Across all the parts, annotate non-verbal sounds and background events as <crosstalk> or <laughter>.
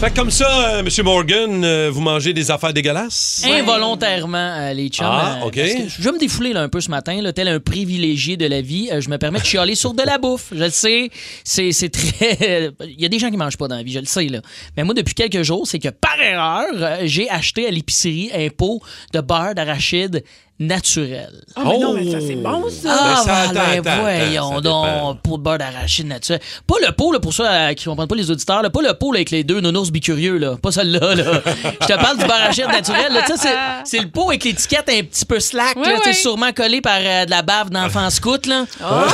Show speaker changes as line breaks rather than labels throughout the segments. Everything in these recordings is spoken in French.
Fait que comme ça, euh, Monsieur Morgan, euh, vous mangez des affaires dégueulasses?
Involontairement, euh, les chums.
Ah,
euh,
ok.
parce que Je vais me défouler là, un peu ce matin, là, tel un privilégié de la vie. Euh, je me permets de chialer sur de la bouffe. Je le sais, c'est c'est très. <laughs> Il y a des gens qui mangent pas dans la vie, je le sais. Là. Mais moi, depuis quelques jours, c'est que par erreur, euh, j'ai acheté à l'épicerie un pot de beurre d'arachide naturel.
Ah, mais non, mais ça, c'est bon, ça.
Ben,
Ah,
ça, attends,
ben,
attends,
voyons
attends, ça dépend.
donc, pour de beurre d'arachide naturel. Pas le pot, là, pour ceux euh, qui comprennent pas les auditeurs, là, pas le pot là, avec les deux nounours bicurieux, là. pas celle-là.
<laughs>
Là. Je te parle du beurre d'arachide naturel. là. Tu sais, c'est- C'est le pot avec l'étiquette un petit peu slack, là,
Oui,
tu sais,
oui.
sûrement collé par euh, de la bave
<laughs>
d'enfant scout. Là.
Ah,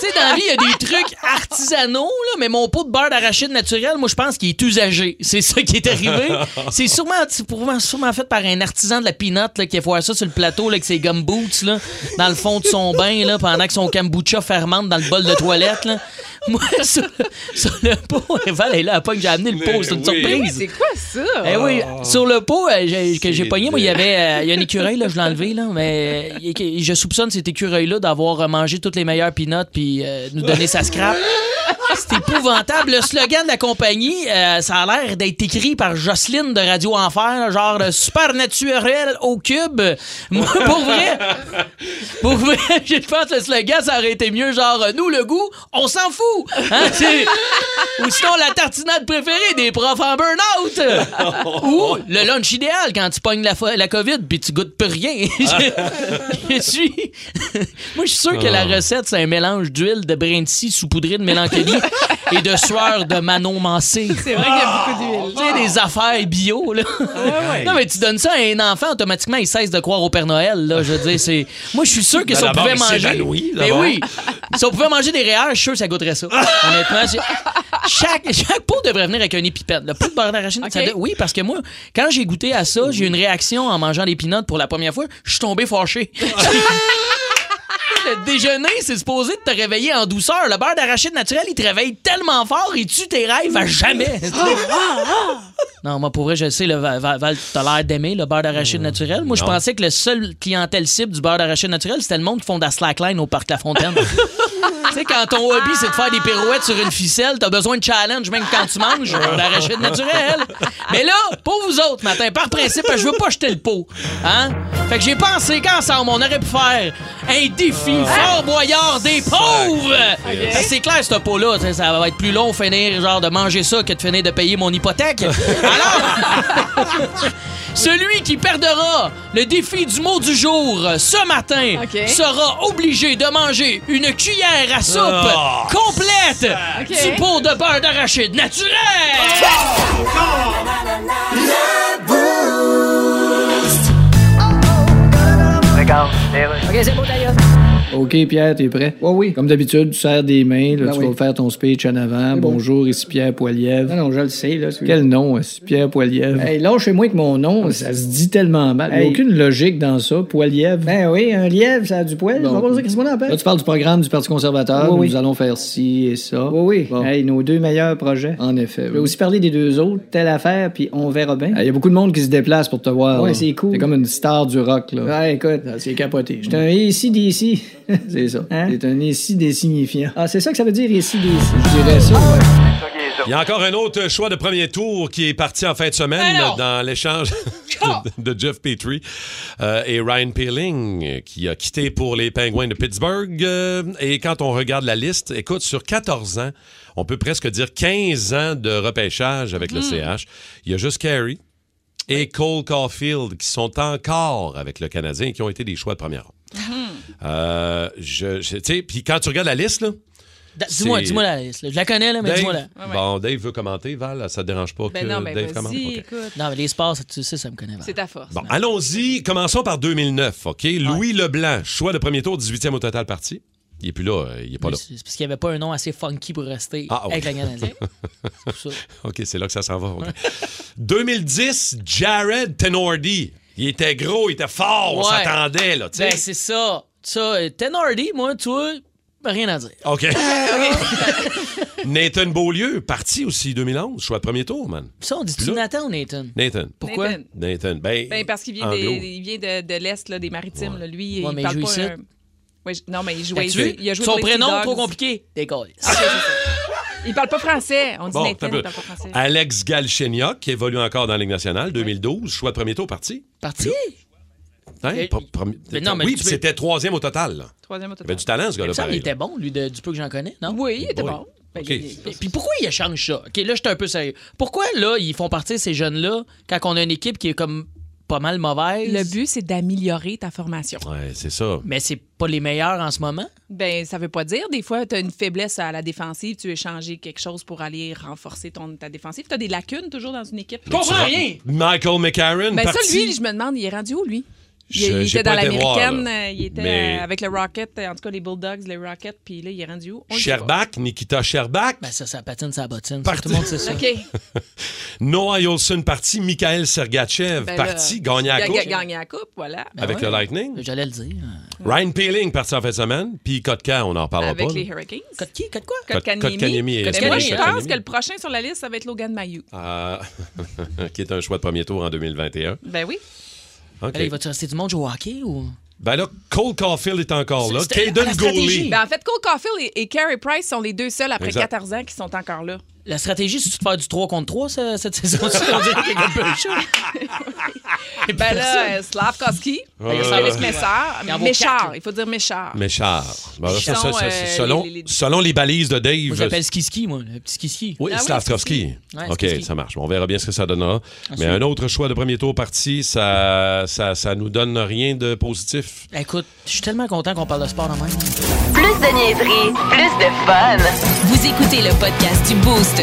Tu sais, dans la vie, il y a des trucs artisanaux, là, mais mon pot de beurre d'arachide naturel, moi, je pense qu'il est usagé. C'est ça qui est arrivé. C'est sûrement, c'est probablement- sûrement fait par un artisan de la pinotte là, qui a foiré ça sur le plateau là, avec ses gum boots là, dans le fond de son bain là, pendant que son kombucha fermente dans le bol de toilette. Là. Moi, sur, sur le pot, Val est là, elle pogne, j'ai amené le pot, c'est une
Oui.
surprise.
C'est quoi ça?
Eh oui, sur le pot euh, j'ai- que j'ai
C'est
pogné, moi, il y
laid.
avait euh, il y a un écureuil, là, je l'ai enlevé, là, mais euh, il- il- je soupçonne cet écureuil-là d'avoir euh, mangé toutes les meilleures peanuts puis euh, nous donner sa scrap. C'est épouvantable. Le slogan de la compagnie, euh, ça a l'air d'être écrit par Jocelyne de Radio Enfer, là, genre euh, super naturel au cube. Moi, pour vrai, pour vrai, <laughs> je pense que le slogan, ça aurait été mieux, genre euh, nous, le goût, on s'en fout. Hein, c'est- Ou sinon, la tartinade préférée des profs en burn-out. Ou le lunch idéal quand tu pognes la, fo- la COVID puis tu goûtes plus rien. je, je suis. <laughs> Moi, je suis sûr que la recette, c'est un mélange d'huile de brin de scie saupoudrée de mélancolie et de sueur de Manon Mancé.
C'est vrai qu'il y a beaucoup d'huile.
Tu sais, des affaires bio, là. Non, mais tu donnes ça à un enfant, automatiquement, il cesse de croire au Père Noël, là. Je veux dire, c'est. Moi, je suis sûr que si on
Ben, d'abord,
pouvait
il
manger.
s'évanouit,
mais
d'abord.
oui! Si on pouvait manger des réels, je suis sûr que ça goûterait ça. Honnêtement, c'est- chaque, chaque pot devrait venir avec un épipète. Le pot de beurre d'arachide, ça
Ok.
doit- Oui, parce que moi, quand j'ai goûté à ça, j'ai eu une réaction en mangeant des pinottes pour la première fois. Je suis tombé
<laughs>
fâché. Le déjeuner, c'est supposé de te réveiller en douceur. Le beurre d'arachide naturel, il te réveille tellement fort, il tue tes rêves à
<laughs>
jamais. Non, moi, pour vrai, je le sais, le Val, Val, t'as l'air d'aimer le beurre d'arachide naturel. Moi, je pensais que le seul clientèle cible du beurre d'arachide naturel, c'était le monde qui font de la slackline au Parc La Fontaine. tu sais, quand ton hobby, c'est de faire des pirouettes sur une ficelle, t'as besoin de challenge, même quand tu manges, beurre d'arachide naturel. Mais là, pour vous autres, matin, par principe, je veux pas jeter le pot. Hein? Fait que j'ai pensé qu'ensemble, on aurait pu faire un défi fort boyard des pauvres! Parce que c'est clair, ce pot-là, tu sais, ça va être plus long finir, genre, de manger ça que de finir de payer mon hypothèque. Alors, celui qui perdra le défi du mot du jour euh, ce matin
Ok.
sera obligé de manger une cuillère à soupe
Ah.
complète
Ok.
du pot de beurre d'arachide naturel.
OK, Pierre, t'es prêt? Oui, Ben oui. Comme d'habitude, tu serres des mains, là, tu vas faire ton speech en avant. Bonjour, ici Pierre Poilievre. Non, non, je le sais, là. Quel nom, ici Pierre Poilievre? Hey, lâchez-moi que mon nom. Ça se dit tellement mal. Il n'y a aucune logique dans ça, Poilievre. Ben oui, un lièvre, ça a du poil.
C'est pas pour ça qu'il se met dans la paix.
Là, tu parles du programme du Parti conservateur.
Oui, oui.
Nous allons faire ci et ça.
Oui, oui.
Bon.
Hey, nos deux meilleurs projets.
En effet.
Je vais aussi parler des deux autres, telle affaire, puis on verra bien.
Il y a beaucoup de monde qui se déplace pour te voir.
Ouais,
là.
c'est cool.
T'es comme une star du rock, là.
Ouais, écoute,
C'est capoté.
c'est un ici d'ici.
<laughs> C'est ça.
Hein?
C'est un ici des signifiants.
Ah, c'est ça que ça veut dire ici d'ici.
Je dirais ça, ouais.
Il y a encore un autre choix de premier tour qui est parti en fin de semaine
Ben non.
euh, dans
<laughs>
l'échange de, de Jeff Petrie euh, et Ryan Peeling euh, qui a quitté pour les Penguins de Pittsburgh. Euh, et quand on regarde la liste, écoute, sur 14 ans, on peut presque dire 15 ans de repêchage avec le
Hmm.
CH. Il y a juste Carey et Cole Caulfield qui sont encore avec le Canadien et qui ont été des choix de première ronde.
Hmm.
Euh, je, je- tu sais, puis quand tu regardes la liste, là,
Da- Dis-moi,
C'est-
dis-moi la liste. là. Je la connais, là, Ah, mais
Dave,
dis-moi la.
Ouais, ouais.
Bon, Dave veut commenter, Val, ça te dérange pas que
Ben non, mais
Dave commente?
vas-y,
OK.
écoute.
Non, mais les sports, ça, tu sais, ça me connaît. Val.
C'est ta force.
Bon, allons-y. Commençons par 2009, OK? Louis Leblanc, choix de premier tour, 18e au total parti. Il est plus là, euh, il est pas là.
C'est parce qu'il n'y avait pas un nom assez funky pour rester
Ah, ouais.
avec la Canadienne.
<laughs>
C'est pour ça.
OK, c'est là que ça s'en va. <laughs> OK. 2010, Jared Tenordi. Il était gros, il était fort, on
Ouais.
s'attendait, là, tu sais.
Ben, c'est ça. Ça, euh, Tenardy, moi, tu vois, rien à dire.
OK. <laughs> Nathan Beaulieu, parti aussi 2011, choix de premier tour, man.
Ça, on dit-tu
Là.
Nathan ou Nathan?
Nathan.
Pourquoi?
Nathan.
Nathan, ben,
Ben, parce qu'il vient,
anglo.
des- il vient de, de l'Est, là, des maritimes. là. Lui,
Ouais,
il
mais il
parle
joue
pas
ici.
un- Ouais, je- Non, mais il jouait
T'as-tu vu?
ici. Il a joué
Son
pour les
prénom,
Sea
trop
Dogs.
compliqué. Des gars.
Il parle pas français. On dit
Bon,
Nathan,
t'as Ah, peu.
il parle pas français.
Alex Galchenyuk, qui évolue encore dans la Ligue nationale, 2012, choix de premier tour, parti.
Parti?
Hein?
Mais-
Pro- premi-
mais non, mais
oui,
tu
puis
veux-
c'était troisième au total. là.
Troisième au
Il
total.
avait du talent, ce
Il me
gars-là.
semble
pareil,
qu'il était
là.
bon, lui, de- du peu que j'en connais, non?
Oui, il était
Oui.
bon. Ben,
OK.
il- il-
Puis pourquoi ils échangent ça? OK, là, je suis un peu sérieux. Pourquoi, là, ils font partir ces jeunes-là quand on a une équipe qui est comme pas mal mauvaise?
Le but, c'est d'améliorer ta formation.
Ouais, c'est ça.
Mais c'est pas les meilleurs en ce moment.
Ben, ça veut pas dire. Des fois, tu as une faiblesse à la défensive, tu veux changer quelque chose pour aller renforcer ton, ta défensive. Tu as des lacunes toujours dans une équipe.
comprends rien!
Michael McCarron,
Ah, Ben, ça,
parti.
lui, je me demande, il est rendu où, lui? Il,
Je-
il
j'ai
était
pas
dans
été voir,
l'américaine,
là.
euh, il était
Mais-
euh, avec le Rocket, euh, en tout cas les Bulldogs, les Rocket, puis là, il est rendu où? On le sait pas.
Sherbach, Nikita Sherbach,
Ben, ça, ça patine, ça bottine. ça,
Parti.
Tout le monde sait ça.
OK.
Noah Olson parti, Mikhail Sergachev <laughs>
Ben là,
parti, gagné à la
il a
coupe Ah
ga- gagné Ah la coupe, voilà.
avec
ouais.
le Lightning.
J'allais le dire.
Ryan Peeling parti en fin de semaine, puis Kotka, on n'en parlera
avec
pas.
les
là.
Hurricanes.
Code qui? Code quoi?
Kotkaniemi.
Kotkaniemi et
Mais Ben, moi, je
Kotkaniemi.
pense que le prochain sur la liste, ça va être Logan Mayou.
Ah, <laughs> qui est un choix de premier tour en 2021.
Ben oui.
OK.
Allez, va-tu rester du monde jouer au hockey ou.
Ben là, Cole Caulfield est encore là.
C'était la- la
Caden Gooley.
stratégie.
Ben, en fait, Cole Caulfield et, et Carey Price sont les deux seuls après
Exact.
14 ans qui sont encore là.
La stratégie, c'est de faire du 3 contre 3 ce- cette saison-ci. On dirait qu'il y
<laughs>
a quelqu'un de chaud.
Ben là, euh, Slavkovski,
Ouais,
euh,
ouais,
Alex
ouais.
Il en
Messard,
vaut
Méchard,
quatre.
il faut dire Méchard.
Méchard. Ben là, ça,
Ils sont,
ça, ça, c'est
euh,
selon,
les- les-
selon les balises de Dave. euh,
Moi, j'appelle ski-ski, moi, le petit ski-ski.
Oui,
Ah oui,
Slavkovski.
Slavkovski. Ouais,
OK,
Slavkovski.
ça marche. On verra bien ce que ça donnera. Mais un autre choix de premier tour parti, ça, ça, ça nous donne rien de positif.
Écoute, je suis tellement content qu'on parle de sport demain.
Plus de niaiserie, plus de fun. Vous écoutez le podcast du Boost.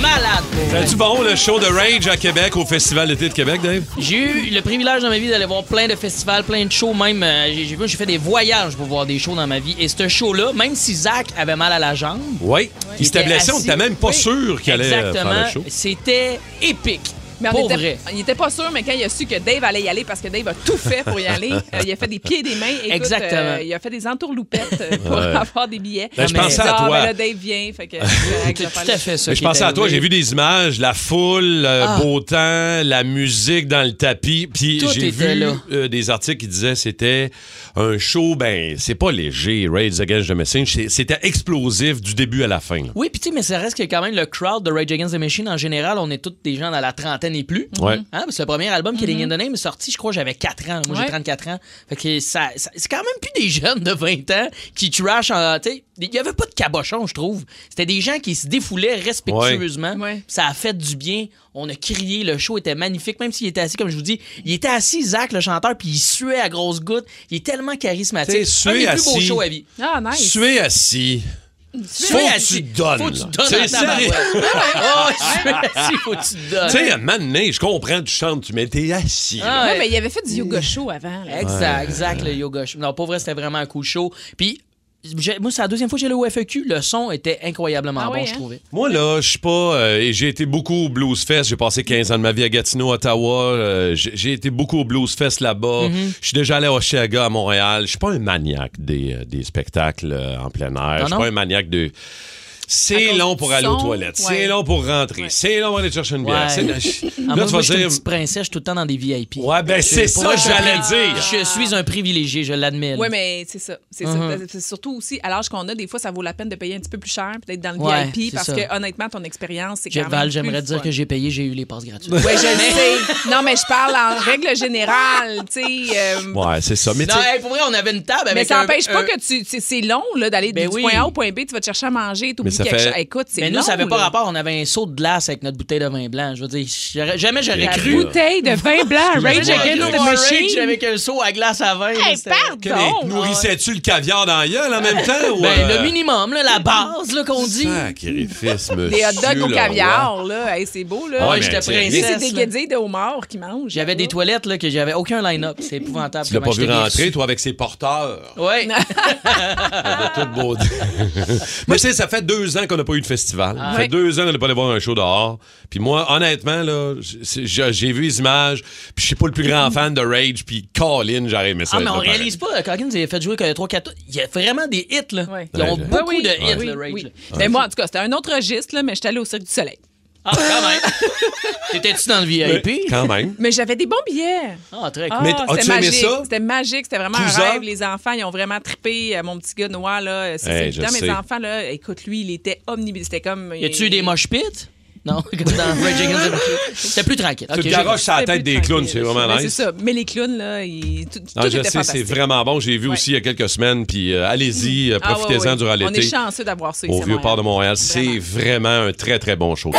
malade, pour vrai.
C'est tu bon le show de Rage à Québec au Festival d'été de Québec, Dave?
J'ai eu le privilège dans ma vie d'aller voir plein de festivals, plein de shows, même euh, j'ai j'ai vu, j'ai fait des voyages pour voir des shows dans ma vie. Et ce show-là, même si Zach avait mal à la jambe,
Oui. Il s'était blessé, on
assis-
n'était même pas
Oui,
sûr qu'il allait euh, faire le
Exactement.
show.
C'était épique.
Mais on
pour
était-
vrai.
il était pas sûr, mais quand il a su que Dave allait y aller, parce que Dave a tout fait pour y
<laughs>
aller, euh, il a fait des pieds et des mains. Écoute,
Exactement.
euh, il a fait des entourloupettes euh, pour
Ouais.
avoir des billets.
Ben, je
Mais-
pensais à
Ah,
toi.
ben là, Dave vient, fait que...
<laughs>
euh, que
Tout
je vais
tout
faire
à
le-
fait ça.
Mais je
qui est
pensais à toi,
arrivé.
j'ai vu des images, la foule, le
Ah.
beau temps, la musique dans le tapis, puis
Tout
j'ai
était
vu
là.
euh, des articles qui disaient c'était un show, ben c'est pas léger, Rage Against the Machine, c'est- c'était explosif du début à la fin. là.
Oui, puis tu sais, mais ça reste que quand même le crowd de Rage Against the Machine, en général, on est tous des gens dans la trentaine et plus.
Ouais.
Hein, parce que le premier album, Killing in the Name, est sorti, je crois, j'avais 4 ans. Moi, j'ai
Mm-hmm. Ouais.
34 ans. Fait que ça, ça- c'est quand même plus des jeunes de 20 ans qui trash en. tu sais, Il n'y avait pas de cabochon, je trouve. C'était des gens qui se défoulaient respectueusement.
Ouais.
Ça a fait du bien. On a crié, le show était magnifique, même s'il était assis, comme je vous dis. Il était assis, Zach, le chanteur, puis il suait à grosses gouttes. Il est tellement charismatique.
Tu sais,
Un des
suer
plus beaux
assis.
shows à vie.
Ah, nice.
Sué assis. Faut
Suer
que
assis.
tu donnes.
Faut que tu
là.
donnes.
C'est
en tabarouette.
sérieux.
<laughs> Oh, suer assis, faut que tu donnes.
Tu sais, à un moment donné, je comprends, tu chantes, tu mets t'es assis. là.
Ah,
Ouais,
ouais.
mais il avait fait du yoga show avant. là.
Exact, exact, le yoga. Non, pour vrai, c'était vraiment un cool show. Puis, j'ai- moi, c'est la deuxième fois que j'allais au FEQ. Le son était incroyablement
Ah
bon,
oui,
je
hein?
trouvais.
Moi, là, je suis pas. euh, et j'ai été beaucoup au Blues Fest. J'ai passé 15 ans de ma vie à Gatineau, Ottawa. Euh, j'ai j'ai été beaucoup au Blues Fest là-bas. Je suis déjà allé à Oshiaga, à Montréal. Je suis pas un maniaque des, euh, des spectacles euh, en plein
Non,
air. Je suis
non.
pas un maniaque de.
À
C'est
cause
long
du
pour aller aux
son,
toilettes.
ouais.
C'est long pour rentrer.
Ouais.
C'est long pour aller chercher une
Ouais.
bière. C'est-
Ah, moi,
Là, tu
moi,
vas
je suis une
dire.
petite princesse, je suis tout le temps dans des VIP.
Ouais, ben c'est
Pour
ça
moi,
que
je suis un
j'allais
pri-
dire.
Je suis un privilégié, je l'admets. là.
Oui, mais c'est ça. C'est ça.
Mhm.
C'est surtout aussi, à l'âge qu'on a, des fois, ça vaut la peine de payer un petit peu plus cher, puis d'être dans le
Ouais,
VIP,
c'est
parce
ça.
que honnêtement, ton expérience, c'est
Je-
quand même.
Val,
plus
j'aimerais
le
dire
fun.
que j'ai payé, j'ai eu les passes gratuites.
Oui, je le sais. Non, mais je parle en règle générale, tu sais. euh,
Ouais, c'est ça. Mais tu
Non,
sais,
hey, pour vrai, on avait une table
Mais
avec
ça
un-
n'empêche pas
un-
que tu. c'est- C'est long, là, d'aller
Ben
du
oui.
point A au point B, tu vas te chercher à manger, tu
ça
quelque
fait-
chose. Écoute, c'est
Mais nous,
long,
ça n'avait pas
là.
rapport. On avait un seau de glace avec notre bouteille de vin blanc. Je veux dire, j'aurais- jamais j'aurais
La
cru.
route
Bouteille de vin blanc,
Jamais
Rage
j'aurais
Against
Ouais,
cru
the
avoir Rage
Machine.
avec un seau à glace à vin.
Hey,
c'était-
que- mais
pardon!
nourrissais-tu le caviar dans la gueule en même temps? ou,
Ben,
euh,
le minimum, là, la base là, qu'on dit.
Sacrifice, monsieur.
Des hot dogs au
Leroy.
caviar, là. Hey, c'est beau, là.
Ouais,
Ouais,
mais
j'étais
tu-
Lui, c'est
princesse.
des
là.
guédilles de homard qui mangent.
J'avais des toilettes là, que j'avais aucun line-up. C'est épouvantable.
Tu l'as
comment
pas vu
j'étais
rentrer,
déçu.
toi, avec ses porteurs.
<laughs>
Ouais. Ah,
de toute beauté. <laughs> Mais tu sais, ça fait deux ans qu'on n'a pas eu de festival.
Ah
Ça fait deux ans qu'on n'a pas allé voir un show dehors. Puis moi, honnêtement, là, j'ai- j'ai j'ai vu les images, puis je suis pas le plus
<laughs>
grand fan de Rage, puis Colin, j'arrive, mais ça.
Ah, mais
va
on
être pareil.
réalise pas. Calkins, il a fait jouer que 3-4. Il y a vraiment des hits, là.
Ouais. Ben
Ils ont
Ouais,
beaucoup
oui,
de
oui,
hits,
oui,
le Rage.
oui.
là.
Mais moi, en tout cas, c'était un autre registre, là, mais j'étais allée au Cirque du Soleil.
Ah, quand même. <laughs> T'étais-tu dans le VIP?
<laughs>
Quand même.
Mais j'avais des bons billets.
Ah, très cool.
Ah,
Mais
c'était
as-tu aimé
magique.
ça?
C'était magique. C'était vraiment
Cousin?
un rêve. Les enfants, ils ont vraiment trippé. Euh, Mon petit gars Noah, là, euh, c'est
Hey,
c'est
je
évident,
sais.
mes enfants, là, écoute, lui, il était omnibus. C'était comme.
Y a-tu eu des moches pits? Non, <laughs> comme dans Rage Against the Machine. C'était plus tranquille.
Tu
Ok,
te garoches sur la
C'était
tête
plus
des clowns,
tranquille,
c'est
là.
vraiment
Mais
nice.
C'est ça. Mais les clowns, là, ils, tout,
Ah,
tout
je
était
sais, c'est
fantastique.
vraiment bon. J'ai vu aussi il y a quelques semaines, puis euh, allez-y, euh,
Ah, ouais,
profitez-en
ouais.
durant
On est
l'été.
chanceux d'avoir ça ici
Au
à
vieux port de Montréal, c'est
Vraiment.
vraiment un très très bon show.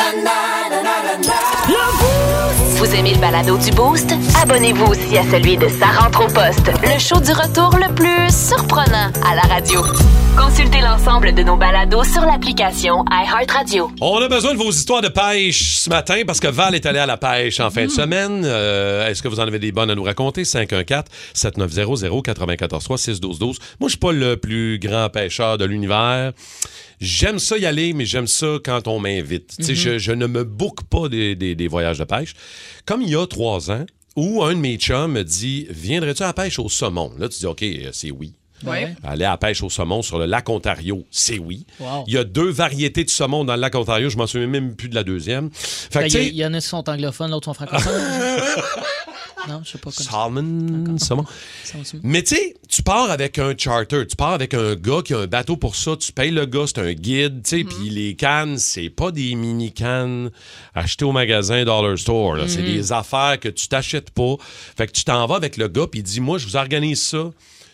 Vous aimez le balado du Boost? Abonnez-vous aussi à celui de Sa rentre au poste, le show du retour le plus surprenant à la radio. Consultez l'ensemble de nos balados sur l'application iHeartRadio.
On a besoin de vos histoires de pêche ce matin parce que Val est allé à la pêche en fin de semaine. Euh, Est-ce que vous en avez des bonnes à nous raconter? 514-7900-943-612-12. Moi, je suis pas le plus grand pêcheur de l'univers. J'aime ça y aller, mais j'aime ça quand on m'invite. Tu sais, je, je ne me boucle pas des, des- des voyages de pêche. Comme il y a trois ans, où un de mes chums me dit Viendrais-tu à la pêche au saumon? Là, tu dis OK, euh, c'est oui.
Ouais.
Aller à la pêche au saumon sur le lac Ontario, c'est oui.
Wow.
Il y a deux variétés de saumon dans le lac Ontario. Je m'en souviens même plus de la deuxième. Fait que,
Ben,
tu
y, a-
sais,
y en a qui sont anglophones, l'autre sont
<laughs>
francophones. non, je sais pas comment.
salmon, saumon.
ça se dit.
Mais tu sais, tu pars avec un charter, tu pars avec un gars qui a un bateau pour ça, tu payes le gars, c'est un guide, tu sais, puis les cannes, c'est pas des mini cannes achetées au magasin Dollar Store, là. c'est des affaires que tu t'achètes pas. Fait que tu t'en vas avec le gars puis il dit moi je vous organise ça.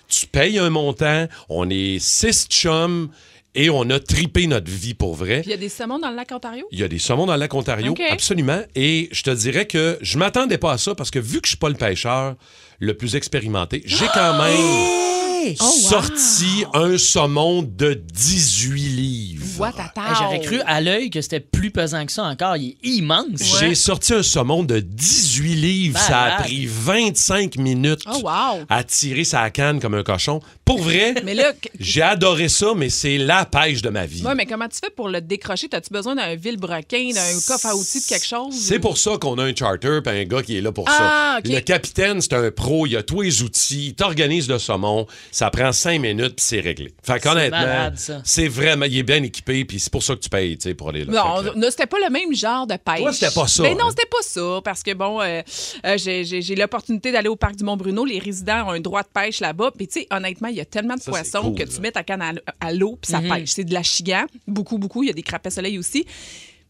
Tu payes un montant, on est six chums et on a tripé notre vie pour vrai.
Puis il y a des saumons dans le lac Ontario?
Il y a des saumons dans le lac Ontario,
OK.
absolument. Et je te dirais que je m'attendais pas à ça parce que vu que je suis pas le pêcheur le plus expérimenté, j'ai
<gasps>
quand même
Oh,
sorti un saumon de 18 livres.
What a
Hey, J'aurais cru à l'œil que c'était plus pesant que ça encore. Il est immense.
J'ai sorti un saumon de 18 livres. Ça a
Malade.
pris 25 minutes
Oh, wow.
à tirer sa canne comme un cochon. Pour
<laughs>
vrai,
Mais là, que-
j'ai adoré ça, mais c'est la pêche de ma vie.
Ouais, mais comment tu fais pour le décrocher? T'as-tu besoin d'un vilebrequin, d'un coffre à outils, de quelque chose?
C'est pour ça qu'on a un charter puis un gars qui est là pour ça.
Ah, ok.
Le capitaine, c'est un pro, il a tous les outils, t'organises le saumon, ça prend cinq minutes puis c'est réglé. Fait qu'honnêtement,
malade, ça.
c'est vraiment, il est bien équipé puis c'est pour ça que tu payes, tu sais, pour aller là.
Non,
Fait que-
on- non, c'était pas le même genre de pêche.
Toi, c'était pas ça,
Ben non,
hein?
c'était pas ça. Parce que, bon, euh, euh, j'ai- j'ai j'ai l'opportunité d'aller au parc du Mont-Bruno. Les résidents ont un droit de pêche là-bas. Puis, tu sais, honnêtement, il y a tellement de
Ça, c'est
poissons
cool,
que
là.
tu mets ta canne à, l- à l'eau, puis ça pêche. C'est de la chigan. Beaucoup, beaucoup. Il y a des crapets soleil aussi.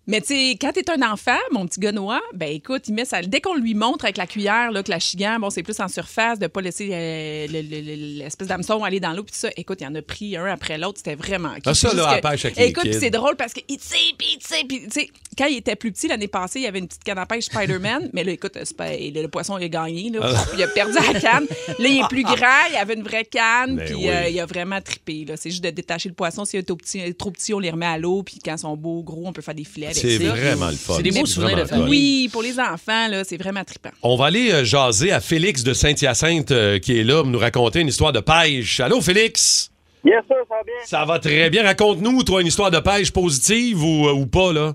Mais tu sais, quand t'es un enfant, mon petit gars Noah, ben écoute, il met ça. Dès qu'on lui montre avec la cuillère là, que la chigan, bon, c'est plus en surface, de pas laisser euh, le- le- le- l'espèce d'hameçon aller dans l'eau, puis tout ça. Écoute, il en a pris un après l'autre, c'était vraiment.
Ah, ça,
Juste
là, à
que-
pêche avec les
Écoute,
kids.
puis c'est drôle parce qu'il tire, puis il tire, puis tu sais, quand il était plus petit l'année passée, il y avait une petite canne à pêche Spider-Man, mais là, écoute, c'est pas- le, le poisson, il a gagné, là,
Ah.
il a perdu la canne. Là, il est plus grand, il avait une vraie canne,
Mais
puis
Ah, Ben oui.
euh, il a vraiment trippé. là. C'est juste de détacher le poisson. S'il est trop petit, euh, trop petit, on les remet à l'eau, puis quand ils sont beaux, gros, on peut faire des filets avec
c'est
ça.
vraiment le fun.
C'est des beaux souvenirs de
vraiment le fun.
famille.
Oui, pour les enfants, là, c'est vraiment trippant.
On va aller euh, jaser à Félix de Saint-Hyacinthe euh, qui est là pour nous raconter une histoire de pêche. Allô, Félix?
Yes, sir, ça va bien.
Ça va très bien. Raconte-nous, toi, une histoire de pêche positive ou, euh, ou pas, là.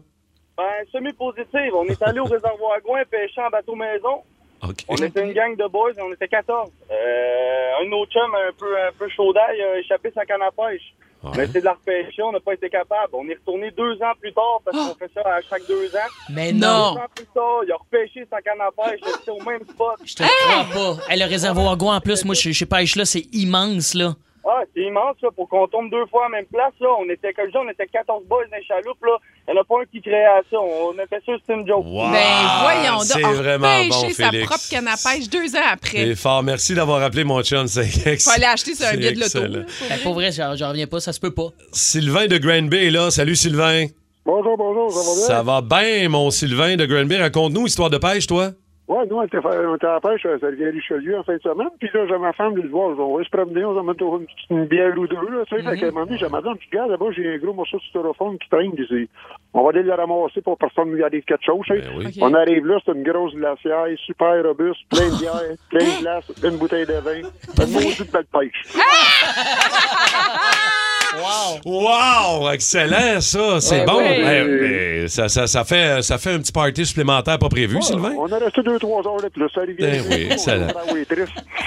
Ben, semi-positive. On est allé au réservoir Gouin pêcher en bateau maison.
OK.
On était une gang de boys, on était 14. Euh, un de nos chums, un peu, un peu chaud d'ail, a échappé sa canne à pêche.
Ouais.
Mais c'est de la repêcher, on n'a pas été capable. On est retourné deux ans plus tard parce
Ah!
qu'on fait ça à chaque deux ans.
Mais
Non.
non.
Deux ans plus tard, il a repêché sa canne à pêche, c'était au même spot.
Je te crois pas. Hey, le réservoir Gouin, en plus, moi, je, je pêche là, c'est immense, là.
Ah, c'est immense, là, pour qu'on tombe deux fois à la même place, là. On était, comme je dis, on était 14 boys dans les chaloupes, là. Il n'y en a pas un qui créait à ça. On était sûr que c'était une joke.
Wow,
ben voyons
C'est
donc.
vraiment
repêcher
bon,
sa
Félix.
propre canne à pêche deux ans après.
C'est fort. Merci d'avoir appelé mon chum. <laughs> C'est
Faut aller
excellent.
acheter sur un billet de l'auto.
excellent.
là, pour
Hey,
vrai.
Ben, pour vrai, j'en j'en reviens pas, ça se peut pas.
Sylvain de Granby est là. Salut, Sylvain.
Bonjour, bonjour,
Ça va bien, mon Sylvain de Granby. Raconte-nous, histoire de pêche, toi.
Ouais, nous, on était, on était à la pêche euh, à Salgueil-Richelieu en fin de semaine. Puis là, j'ai ma femme, lui, voir, on va se promener, on va mettre une, petite- une bière ou deux, là. Tu sais,
Mm-hmm.
fait qu'à un moment donné, j'ai ma femme, tu regardes, là-bas, j'ai un gros morceau de styrofoam qui traîne. puis c'est- On va aller le ramasser pour personne nous arrive quelque chose, tu sais.
Ben oui.
Ok. Hein?
On arrive là, c'est une grosse glacière, super robuste, plein de bière, plein de glace, une bouteille de vin. Une maudite belle pêche.
Wow! Excellent, ça! C'est
Ouais,
bon!
ouais.
Ben, ben, ça, ça- ça fait, ça fait un petit party supplémentaire pas prévu, Sylvain.
On a resté deux, trois heures là, puis là, ça arrive.
Ben oui, excellent.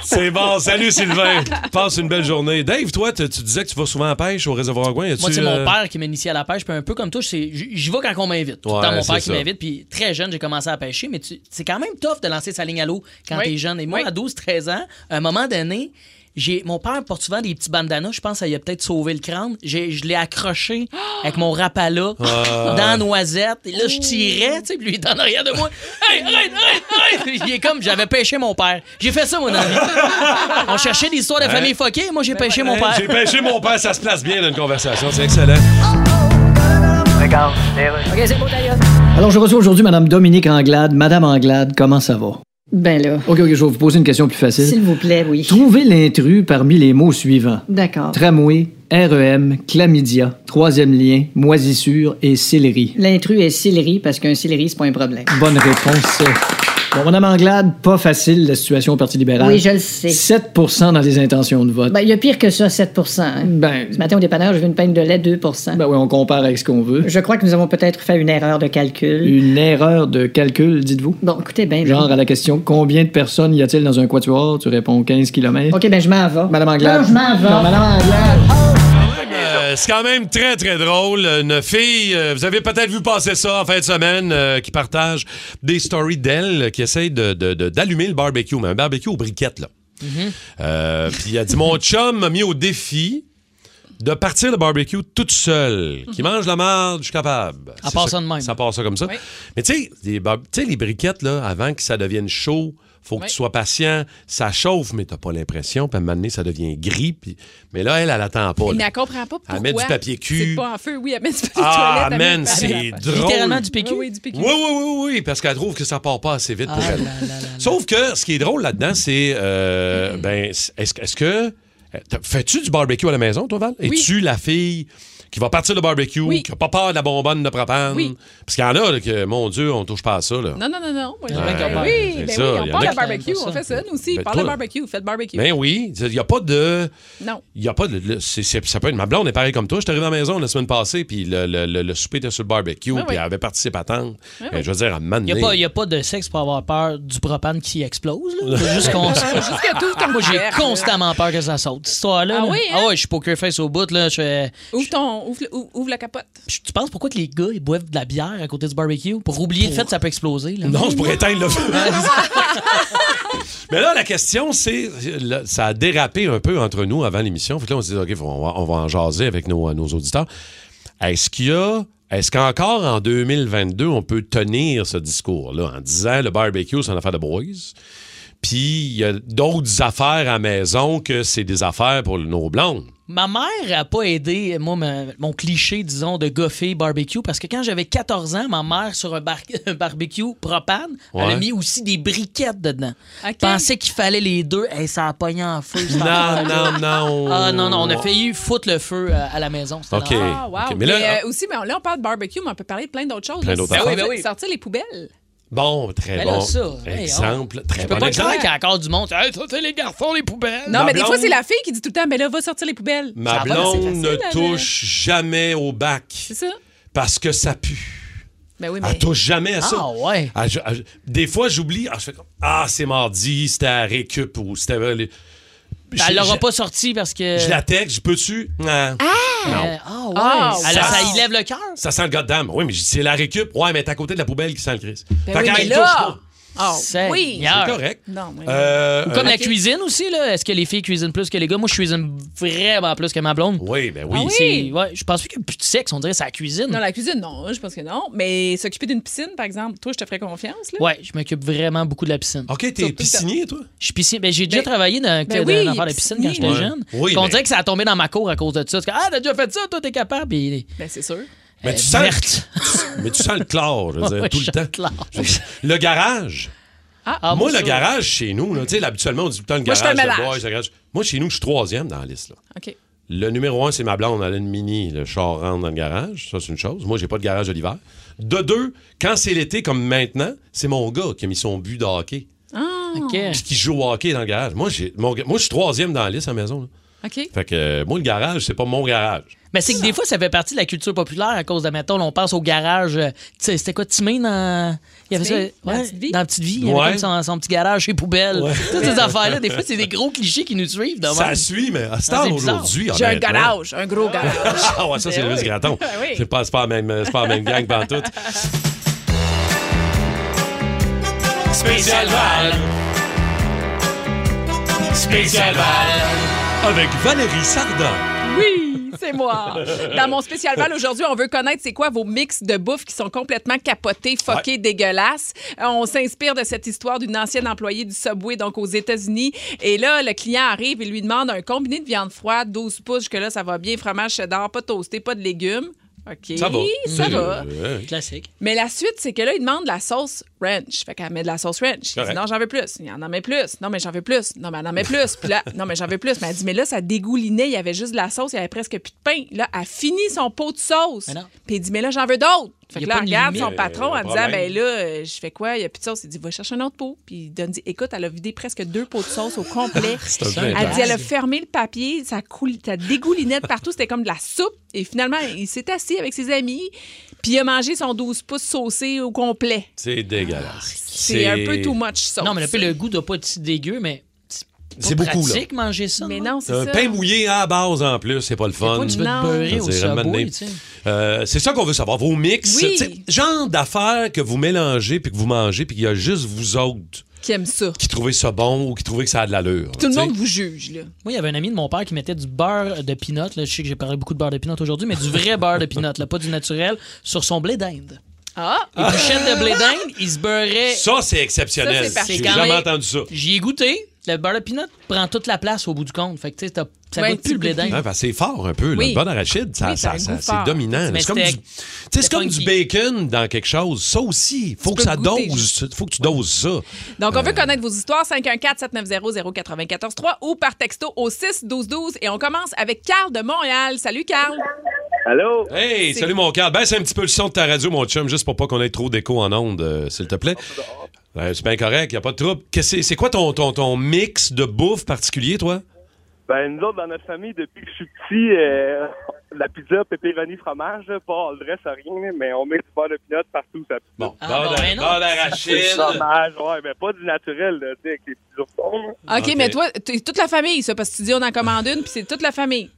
C'est bon.
<laughs>
Salut, Sylvain. Passe une belle journée. Dave, toi, tu tu disais que tu vas souvent à la pêche au réservoir Gouin. euh,
Moi, c'est mon père qui m'initie à la pêche, puis un peu comme toi, je sais- j- j'y vais quand on m'invite. Tout le
Ouais,
temps, mon
c'est
père qui
ça.
m'invite, puis très jeune, j'ai commencé à pêcher, mais tu- c'est quand même tough de lancer sa ligne à l'eau quand
Oui.
t'es jeune. Et moi,
Oui.
à 12-13 ans, à un moment donné, j'ai mon père porte souvent des petits bandanas, je pense qu'il a peut-être sauvé le crâne. J'ai- Je l'ai
<gasps>
accroché avec mon rapala
Ah,
dans la noisette. Et là, je tirais, tu sais, puis lui, il est en arrière
<laughs>
de moi. Hey, arrête, arrête, arrête! Il est comme, j'avais pêché mon père. J'ai fait ça, mon
<laughs>
ami. On cherchait des histoires de famille foquée, moi,
Ben
j'ai pêché mon père.
Hein? J'ai pêché mon père. Ça se place bien dans une conversation. C'est excellent.
Alors, je reçois aujourd'hui Madame Dominique Anglade. Madame Anglade, comment ça va?
Ben là,
OK, OK, je vais vous poser une question plus facile.
s'il vous plaît, oui.
Trouvez l'intrus parmi les mots suivants.
D'accord.
Tramway, REM, chlamydia, troisième lien, moisissure et céleri.
L'intrus est céleri parce qu'un céleri, c'est pas un problème.
Bonne réponse. Bon, Madame Anglade, pas facile la situation au Parti libéral.
Oui, je le sais.
7 dans les intentions de vote.
Ben, il y a pire que ça, 7 hein.
Ben,
Ce matin, au dépanneur, j'ai vu une peine de lait, 2
ben oui, on compare avec ce qu'on veut.
Je crois que nous avons peut-être fait une erreur de calcul.
Une erreur de calcul, dites-vous.
Mm. Bon, écoutez ben, bien.
Genre à la question combien de personnes y a-t-il dans un quatuor Tu réponds 15 km.
OK, ben je m'en vais.
Madame Anglade.
Non, je m'en vais.
Non, Madame Anglade.
Euh, c'est quand même très, très drôle. Une fille, euh, vous avez peut-être vu passer ça en fin de semaine, euh, qui partage des stories d'elle, euh, qui essaye de- de- de- d'allumer le barbecue, mais un barbecue aux briquettes, là.
Mm-hmm.
Euh, Puis elle dit Mon chum m'a mis au défi de partir le barbecue toute seule. Qui mange la marde, je suis capable.
Ça
C'est
Mm-hmm. part ça de même.
Ça part ça comme ça. Mais tu sais, les, bar- tu sais, les briquettes, là, avant que ça devienne chaud, faut que
Oui.
tu sois patient. Ça chauffe, mais t'as pas l'impression. Puis à un moment donné, ça devient gris. puis- Mais là, elle, elle attend pas. là.
Mais elle comprend pas pourquoi.
Elle met du papier cul.
C'est pas en feu, oui, elle met du papier
Ah,
toilette. elle met
man,
du papier-
c'est drôle.
Littéralement du PQ.
Oui, oui, du PQ.
Oui, oui, oui, oui, parce qu'elle trouve que ça part pas assez vite pour
Ah
elle.
là là là.
Sauf que ce qui est drôle là-dedans, c'est. euh, ben, c- est-ce est-ce que. euh, t'as- Fais-tu du barbecue à la maison, toi, Val?
Oui.
Es-tu la fille qui va partir le barbecue,
Oui.
qui n'a pas peur de la bonbonne de propane?
Oui.
Parce qu'il y en a, là, que, mon Dieu, on touche pas à ça, là.
Non, non, non, non. Moi,
y en a qui ont peur.
oui,
C'est
ben
ça,
oui,
y en
on
a
parle
qui
de barbecue.
aiment pas
On fait ça, nous aussi.
Ben,
parle de
toi-
barbecue. Faites barbecue.
Ben oui, il n'y a pas de.
Non.
Il y a pas de. le- c'est- c'est- ça peut être ma blonde est pareil comme toi. Je suis arrivé à la maison la semaine passée, puis le, le- le- le souper était sur le
Ben
barbecue,
Ouais,
puis
ouais.
elle avait participé à tendre.
Ouais,
Euh,
ouais.
Je veux dire, à un moment
Il
donné-
n'y Ben a, pas de sexe pour avoir peur du propane qui explose. là. C'est juste
<laughs>
qu'on se-
Jusqu'à tout comme
Moi, j'ai
Ah,
verre.
constamment peur que ça saute, cette histoire-là.
Ah
là.
oui, hein?
ouais, je suis poker face au bout. Là. Je fais-
Ouvre, ton, ouvre, le- ou- ouvre la capote.
je- tu penses pourquoi que les gars ils boivent de la bière à côté du barbecue pour oublier le fait que ça peut exploser? là?
Non, c'est pour éteindre le feu. <laughs> Mais là, la question, c'est. là, Ça a dérapé un peu entre nous avant l'émission. Fait que là, on s'est dit, OK, faut- on va, on va en jaser avec nos, nos auditeurs. Est-ce qu'il y a. Est-ce qu'encore en 2022, on peut tenir ce discours-là en disant le barbecue, c'est une affaire de boys? Puis il y a d'autres affaires à la maison que c'est des affaires pour
<laughs>
nos blondes.
Ma mère a pas aidé, moi, ma- mon cliché, disons, de goffer barbecue, parce que quand j'avais 14 ans, ma mère, sur un, bar- <laughs> un barbecue propane,
Ouais.
elle a mis aussi des briquettes dedans.
Ok.
Pensait qu'il fallait les deux. et ça a pogné en feu. cette
Non,
affaire-là.
non, non.
Ah non, non, on a failli foutre le feu euh, à la maison. c'était
Oh. OK.
l'enfer.
Ah, wow.
OK, mais
Mais
là-
euh, aussi, mais on- là, on parle de barbecue, mais on peut parler de plein d'autres choses.
Plein d'autres
Sortir-
affaires.
Ben oui, ben oui.
Sortir les poubelles.
Bon, très
Ben là,
bon.
ça, hey,
exemple, très
Je
bon
peux pas
exemple.
croire qu'il y a encore du monde.
Ah,
Hey, ça, c'est les garçons, les poubelles.
Non,
Ma
mais des fois,
blonde-
c'est la fille qui dit tout le temps, mais là, va sortir les poubelles. Ça
Ma
va, c'est
blonde
facile,
ne
là,
touche jamais au
C'est
bac
ça?
parce que ça pue.
Ben oui, mais.
Elle touche jamais à ça.
Ah ouais.
Ah, je- ah, je- des fois, j'oublie. Ah, je fais comme, ah, c'est mardi, c'était à récup ou c'était.
Ben, Elle
je-
l'aura
je-
pas sorti parce
euh.
que.
Je la texte, je peux-tu? Non.
Euh, Ah, ouais.
Ah,
Elle a-
wow.
ça y lève le cœur.
Ça sent le goddamn. Oui, mais je dis, c'est la récup. Ouais, mais t'es à côté de la poubelle qui sent le Christ.
Ben
Fait
oui,
qu'elle
mais
touche
là.
pas.
Oh,
Seigneur.
oui.
C'est correct.
Non, oui.
Euh,
Comme
euh,
la cuisine aussi, là. Est-ce que les filles cuisinent plus que les gars? Moi, je cuisine vraiment plus que ma blonde.
Oui, ben oui.
Ah oui?
C'est- Ouais, je pense plus qu'il y a plus de sexe, on dirait, c'est la cuisine.
Non, la cuisine, non, je pense que non. Mais s'occuper d'une piscine, par exemple, toi, je te ferais confiance. Là.
Ouais, je m'occupe vraiment beaucoup de la piscine.
OK,
Surtout
t'es
que-
piscinier, toi?
Je suis piscine. Ben, j'ai déjà travaillé dans,
ben
dans une
oui,
affaire de piscine quand
piscine.
j'étais
Ouais.
jeune.
Oui,
on
mais-
dirait que ça a tombé dans ma cour à cause de ça. Parce que, ah, t'as déjà fait ça, toi, t'es capable. Puis,
Ben, c'est sûr.
Mais tu
euh,
sens,
verte.
mais tu sens le chlore,
<laughs>
je veux dire,
Ouais,
tout le
je
temps.
chante l'art.
Je veux dire, Le garage.
Ah,
moi,
ça,
le garage chez nous, là, tu sais, là, habituellement, on dit tout le temps le
Moi, je
garage,
fais un
le
mélange.
boys, le garage. Moi, chez nous, je suis troisième dans la liste. là.
OK.
Le numéro un, c'est ma blonde. Elle a une mini. Le char rentre dans le garage. Ça, c'est une chose. Moi, j'ai pas de garage de l'hiver. De deux, quand c'est l'été, comme maintenant, c'est mon gars qui a mis son but de hockey.
OK.
Puis qui joue au hockey dans le garage. Moi, j'ai- mon ga- moi, je suis troisième dans la liste à la maison. là.
OK.
Fait que, euh, moi, le garage, c'est pas mon garage.
Mais c'est que des fois, ça fait partie de la culture populaire à cause de, mettons, on passe au garage. euh, tu sais, C'était quoi, Timé dans. Il y avait ça.
Timé, dans
ouais,
Petite Vie.
dans Petite Vie. Il y avait
Ouais.
comme son, son petit garage chez Poubelle.
Ouais.
Toutes ces affaires-là, des fois, c'est des gros clichés qui nous suivent. de
Ça
même.
suit, mais à ce
Ah,
temps
c'est bizarre.
aujourd'hui,
J'ai un
honnêtement-
garage, un gros garage.
<laughs> Ah ouais, ça, c'est
Ben
Louis
oui.
Gratton.
Ben <laughs> oui.
C'est pas, c'est pas, la même- c'est pas la même
<laughs>
gang pantoute. Spécial Val. Spécial Val. Avec Valérie Sardan.
Oui, c'est moi. Dans mon spécial Val aujourd'hui, on veut connaître c'est quoi vos mix de bouffe qui sont complètement capotés, fuckés, dégueulasses. Euh, On s'inspire de cette histoire d'une ancienne employée du Subway, donc aux États-Unis. Et là, le client arrive et lui demande un combiné de viande froide, 12 pouces, que là, ça va bien, fromage cheddar, pas toasté, pas de légumes. OK.
Ça va.
Ça va.
Euh, ouais.
Classique.
Mais la suite, c'est que là, il demande de la sauce ranch. Fait qu'elle met de la sauce ranch. Il dit,
Correct.
non, j'en veux plus. Il en en met plus. Non, mais j'en veux plus. Non, mais elle en met plus. Puis
<laughs>
là, non, mais j'en veux plus. Mais elle dit, mais là, ça dégoulinait. Il y avait juste de la sauce. Il y avait presque plus de pain. Là, elle finit son pot de sauce.
Mais non.
Puis il dit, mais là, j'en veux d'autres. Fait
Il y
que
a
là,
pas
elle
de
regarde
limite.
son patron
Euh,
en disant,
problème.
ben là, euh, je fais quoi? Il n'y a plus de sauce. Il dit, va chercher un autre pot. Puis il donne, dit, écoute, elle a vidé presque deux pots de sauce
<laughs>
au complet.
C'est un peu
Elle
Elle
intense.
dit, elle a fermé le papier, ça, coule, ça dégoulinait de partout, c'était comme de la soupe. Et finalement, il s'est assis avec ses amis, puis il a mangé son 12 pouces saucé au complet.
C'est dégueulasse.
Ah, C'est un peu too much sauce.
Non, mais le, peu, le goût doit pas être si dégueu, mais c'est pas
C'est beaucoup, là.
pratique manger ça.
Mais
non?
non, c'est
Un
ça.
pain mouillé à la base en plus, c'est pas le
Pas
fun.
du peu de
Non.
beurré
Je
au
veux dire, à un moment
Subway,
donné,
tu sais.
euh, c'est ça qu'on veut savoir, vos mix,
Oui.
tu sais, genre d'affaires que vous mélangez puis que vous mangez puis qu'il y a juste vous autres
Qui aime ça.
qui trouvez ça bon ou qui trouvez que ça a de l'allure.
Tout le
tu sais.
monde vous juge, là.
Moi, il y avait un ami de mon père qui mettait du beurre de pinot. Là, je sais que j'ai parlé beaucoup de beurre de pinot aujourd'hui, mais du vrai beurre de pinot, là, pas du naturel, sur son blé
<laughs>
d'Inde.
Ah!
Les bouchettes de blé d'Inde, il se beurrait.
Ça, c'est
Ça,
exceptionnel.
c'est parfait.
J'ai
C'est quand
jamais
même-
entendu ça.
J'y ai goûté. Le beurre de pinot prend toute la place au bout du compte. Fait que, tu sais, t'as- ça
Ouais,
goûte
tu
plus le blé
goûtes plus.
d'Inde.
Hein, parce que c'est fort un peu. là.
Oui.
Le beurre d'arachide, ça,
Oui, ça a
ça-
un
ça-
goût fort.
c'est dominant. là.
Mais
C'est comme, du...
c'était-
tu sais, c'est comme du
funky.
bacon dans quelque chose. Ça aussi, faut que
peux
ça
goûter,
dose. faut que tu doses ça.
Donc, on veut connaître vos histoires. 514-790-0943 ou par texto au 6-12-12. Et on commence avec Carl de Montréal. Salut, Carl.
Allô?
Hey, salut mon Carl. Baisse un petit peu le son de ta radio, mon chum, juste pour pas qu'on ait trop d'écho en ondes, euh, s'il te plaît. Ouais, c'est bien correct, y a pas de trouble. Qu'est-ce que C'est c'est quoi ton, ton, ton mix de bouffe particulier, toi?
Ben, nous autres, dans notre famille, depuis que je suis petit, euh, la pizza, pepperoni, fromage, là, pas le reste, rien, mais on met du beurre de pinot partout. Ça
Bon,
Ah,
beurre
bon,
d'a-
ben non.
beurre
du
d'arachide.
fromage, Ah, ouais, mais pas du naturel, là, tu sais, avec les petits oursons. là.
OK,
Ah, OK.
mais toi, t'es toute la famille, ça, parce que tu dis on en commande une, puis c'est toute la famille.